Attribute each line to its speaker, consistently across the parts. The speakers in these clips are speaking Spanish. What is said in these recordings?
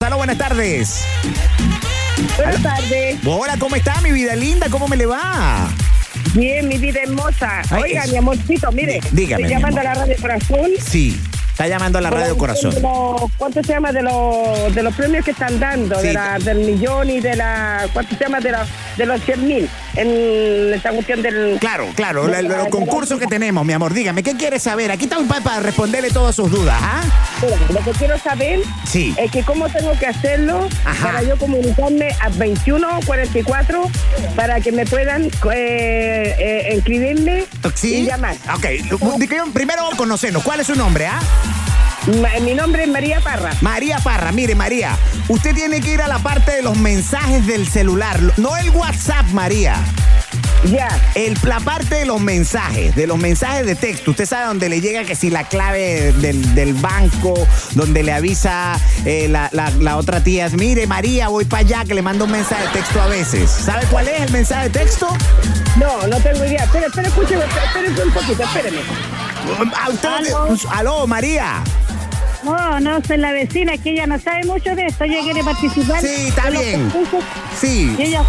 Speaker 1: Hola, buenas tardes.
Speaker 2: Buenas tardes.
Speaker 1: Hola, ¿cómo está mi vida linda? ¿Cómo me le va?
Speaker 2: Bien, mi vida hermosa.
Speaker 1: Ay,
Speaker 2: Oiga,
Speaker 1: es-
Speaker 2: mi amorcito, mire.
Speaker 1: Dígame, mi
Speaker 2: Estoy llamando
Speaker 1: amor.
Speaker 2: a la radio Corazón.
Speaker 1: Sí, está llamando a la radio
Speaker 2: Por la cuestión
Speaker 1: Corazón.
Speaker 2: de los- ¿Cuánto se llama de los, de los premios que están dando?
Speaker 1: Sí.
Speaker 2: De la, del millón y de la. ¿Cuánto se llama de, la, de los 100 mil? En esta cuestión del.
Speaker 1: Claro, claro, la- los concursos que tenemos, mi amor. Dígame, ¿qué quiere saber? Aquí estamos pa- para responderle todas sus dudas, ¿ah?
Speaker 2: Mira, Lo que quiero saber
Speaker 1: Sí.
Speaker 2: es que cómo tengo que hacerlo
Speaker 1: Ajá.
Speaker 2: para yo comunicarme a 2144 para que me puedan eh, eh, inscribirme
Speaker 1: ¿Sí?
Speaker 2: y llamar.
Speaker 1: Ok, Digo, primero vamos a conocernos. ¿Cuál es su nombre, ah?
Speaker 2: Ma- mi nombre es María Parra.
Speaker 1: María Parra, mire María, usted tiene que ir a la parte de los mensajes del celular, no el WhatsApp, María.
Speaker 2: Ya.
Speaker 1: El, la parte de los mensajes, de los mensajes de texto, usted sabe dónde le llega que si la clave del, del banco, donde le avisa eh, la, la- la otra tía, mire María, voy para allá, que le mando un mensaje de texto a veces. ¿Sabe cuál es el mensaje de texto?
Speaker 2: No, no tengo idea. Espera, espera, escúcheme, espera, espera un poquito, espéreme.
Speaker 1: Mm, A usted-
Speaker 3: Aló.
Speaker 1: Aló, María.
Speaker 3: No, no, soy la vecina, que ella no sabe mucho de esto. Ella quiere participar.
Speaker 1: Sí, está
Speaker 3: en los
Speaker 1: bien.
Speaker 3: concursos,
Speaker 1: Sí.
Speaker 3: Y ella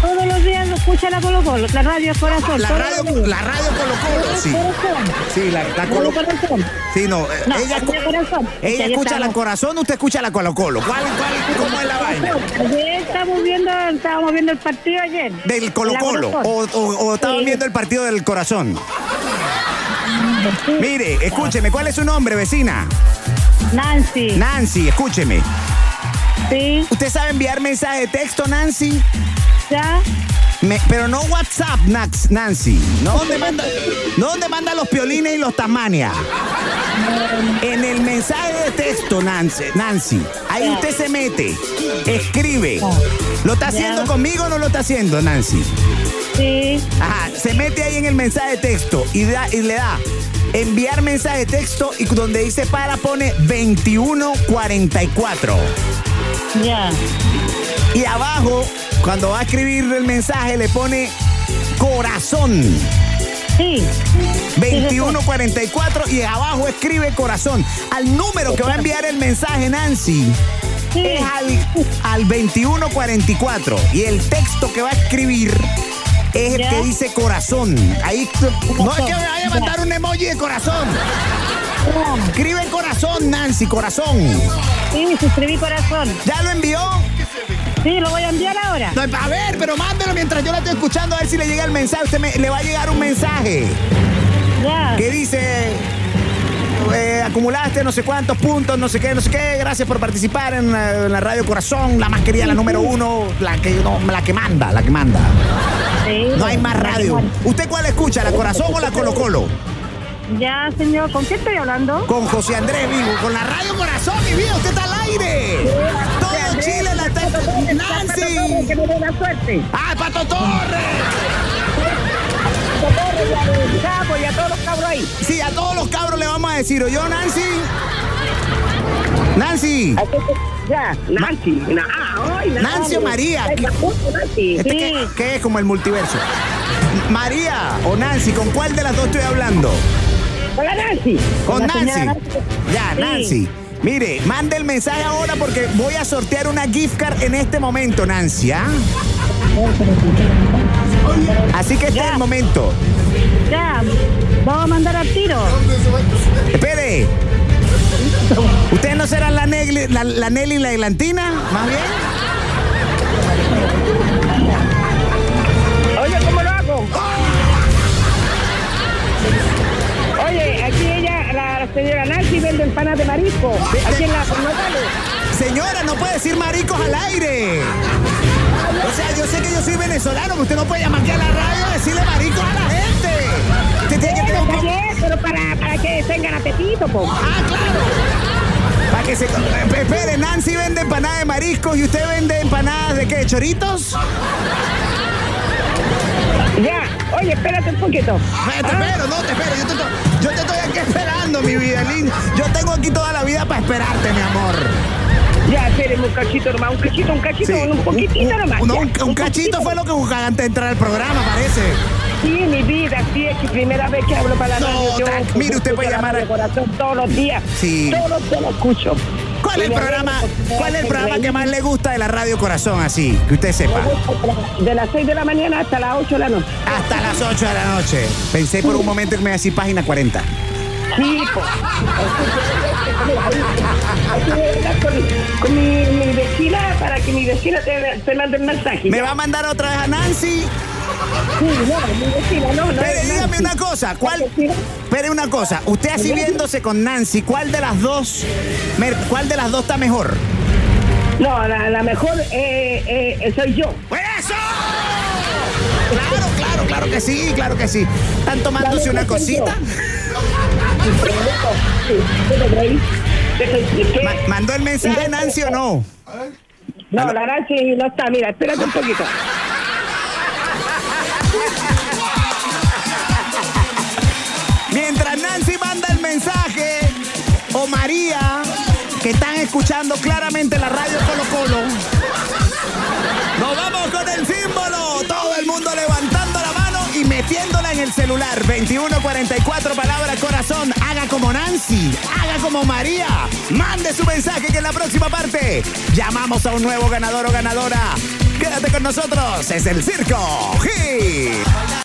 Speaker 3: todos los días lo escucha la Colo Colo, la radio Corazón.
Speaker 1: La
Speaker 3: todos
Speaker 1: radio,
Speaker 3: los días.
Speaker 1: la radio Colo Colo, sí.
Speaker 3: Corazón.
Speaker 1: Sí, la, la
Speaker 3: Radio
Speaker 1: Colo
Speaker 3: Corazón.
Speaker 1: Sí, no, eh,
Speaker 3: No,
Speaker 1: ella,
Speaker 3: Radio Corazón.
Speaker 1: ella
Speaker 3: Ahí
Speaker 1: escucha la
Speaker 3: estamos.
Speaker 1: corazón, usted escucha la Colo Colo. ¿Cuál, cuál, ¿Cómo es la vaina?
Speaker 3: Ayer estábamos viendo, estábamos viendo el partido ayer.
Speaker 1: Del Colo Colo.
Speaker 3: La
Speaker 1: O, o- o estaban
Speaker 3: Sí.
Speaker 1: viendo el partido del corazón. Mire, escúcheme, ¿cuál es su nombre, vecina?
Speaker 3: Nancy.
Speaker 1: Nancy, escúcheme.
Speaker 3: sí,
Speaker 1: ¿Usted sabe enviar mensaje de texto, Nancy?
Speaker 3: ya.
Speaker 1: Me- pero no WhatsApp, Nax- Nancy. No donde manda, no donde manda los piolines y los Tasmania. En el mensaje de texto, Nancy, Nancy, ahí
Speaker 3: Ya.
Speaker 1: usted se mete, escribe. ¿Lo está haciendo
Speaker 3: Ya.
Speaker 1: conmigo o no lo está haciendo, Nancy?
Speaker 3: Sí,
Speaker 1: Ajá, se mete ahí en el mensaje de texto y, da- y le da enviar mensaje de texto y donde dice para pone 2144.
Speaker 3: ya.
Speaker 1: Y abajo, cuando va a escribir el mensaje, le pone corazón.
Speaker 3: Sí,
Speaker 1: 2144 y abajo escribe corazón. Al número que va a enviar el mensaje Nancy
Speaker 3: sí.
Speaker 1: es al, al 2144 y el texto que va a escribir es el
Speaker 3: ¿Ya?
Speaker 1: que dice corazón. Ahí no es que me vaya a mandar un emoji de corazón. Escribe corazón, Nancy, corazón.
Speaker 3: Sí, suscribí Corazón.
Speaker 1: ¿Ya lo envió?
Speaker 3: Sí, lo voy a enviar ahora.
Speaker 1: No, A ver, pero mándelo mientras yo la estoy escuchando a ver si le llega el mensaje. Usted me- le va a llegar un mensaje.
Speaker 3: Ya.
Speaker 1: que dice eh, acumulaste no sé cuántos puntos, no sé qué, no sé qué, gracias por participar en la, en la radio Corazón, la más querida, la número uno, la que, no, la que manda, la que manda.
Speaker 3: Sí.
Speaker 1: No hay más radio. ¿Usted cuál escucha, la Corazón o la Colo Colo?
Speaker 3: Ya, señor, ¿con quién estoy hablando?
Speaker 1: Con José Andrés Vivo, con la radio Corazón, mi vida, usted está al aire. Todo Chile la está
Speaker 2: Que
Speaker 1: Nancy.
Speaker 2: me dé la suerte.
Speaker 1: ¡Ah, Pato Torres!
Speaker 2: Socorro, y al Chapo y a todos los cabros ahí.
Speaker 1: Sí, a todos los cabros le vamos a decir, ¿oyó, Nancy? Nancy.
Speaker 2: Así que, Ya, Nancy. Na- ah, ay, na-
Speaker 1: Nancy o María.
Speaker 2: Ay, la puta, Nancy.
Speaker 1: Este que, que es como el multiverso. M- María o Nancy, ¿con cuál de las dos estoy hablando?
Speaker 2: Hola, Nancy.
Speaker 1: Con
Speaker 3: la
Speaker 1: Nancy.
Speaker 3: señora
Speaker 1: Ya,
Speaker 3: Sí.
Speaker 1: Nancy. Mire, mande el mensaje ahora porque voy a sortear una gift card en este momento, Nancy. ¿ah? Así que este
Speaker 3: Ya.
Speaker 1: es el momento.
Speaker 3: Ya, vamos a mandar al tiro.
Speaker 1: Espere. ¿Ustedes no serán la Nelly, la, la Nelly y la Eglantina? ¿Más bien?
Speaker 2: Oye, ¿cómo lo hago? Oye, aquí ella, la la señora Nancy, vende empanadas de marisco. Aquí en la Nogales.
Speaker 1: Señora, no puede decir maricos al aire. O sea, yo sé que yo soy venezolano, pero usted no puede llamar aquí a la radio a decirle maricos a la gente. Usted tiene que tener un
Speaker 2: Pero,
Speaker 1: poco-
Speaker 2: oye, pero para, para que tengan apetito, po.
Speaker 1: Ah, claro. Para que se. Eh, Espere, Nancy vende empanadas de mariscos y usted vende empanadas de qué, ¿de choritos?
Speaker 2: Ah. Ya, oye, espérate un poquito. Ah,
Speaker 1: Eh, Te espero, no te espero. Yo te, to- yo te estoy aquí esperando, mi vida linda. Yo tengo aquí toda la vida para esperarte, mi amor.
Speaker 2: Ya, espérenme un cachito nomás, un cachito, un cachito, un poquitito nomás.
Speaker 1: No,
Speaker 2: ya.
Speaker 1: un, un cachito fue lo que buscaba antes de entrar al programa, parece.
Speaker 2: Sí, mi vida, sí, es que primera vez que hablo para la
Speaker 1: No,
Speaker 2: radio. Yo
Speaker 1: tranqui- mire, usted
Speaker 2: escucho
Speaker 1: puede
Speaker 2: la
Speaker 1: llamar
Speaker 2: radio
Speaker 1: a-
Speaker 2: corazón todos los días.
Speaker 1: Sí.
Speaker 2: Todos los días la escucho.
Speaker 1: ¿Cuál es el programa, cuál es el programa que más le gusta de la Radio Corazón, así, que usted sepa?
Speaker 2: De las 6 de la mañana hasta las 8 de la noche.
Speaker 1: Hasta las 8 de la noche. Pensé por un momento que me iba a decir página 40.
Speaker 2: Sí, pues. po. Así voy a hablar con, con mi, mi vecina para que mi vecina te, te mande el mensaje.
Speaker 1: ¿Me va a mandar otra vez a Nancy?
Speaker 2: Sí, no, mi vecina, no, no.
Speaker 1: Pero
Speaker 2: es
Speaker 1: dígame
Speaker 2: Nancy.
Speaker 1: una cosa, ¿cuál? Pero una cosa, usted así viéndose con Nancy, ¿cuál de las dos, Mer, cuál de las dos está mejor?
Speaker 2: No, la, la mejor eh, eh, eh, soy yo.
Speaker 1: ¡Eso! Claro, claro, claro que sí, claro que sí. ¿Están tomándose una cosita? Ma- ¿Mandó el mensaje Nancy o no?
Speaker 2: No, la Nancy no está. Mira, espérate un poquito.
Speaker 1: Mientras Nancy manda el mensaje, o María, que están escuchando claramente la radio Colo Colo, nos vamos con el símbolo. Todo el mundo levantando la mano y metiéndola en el celular. 2144 palabra corazón. Haga como Nancy, haga como María. Mande su mensaje que en la próxima parte llamamos a un nuevo ganador o ganadora. Quédate con nosotros, es el circo. Hit.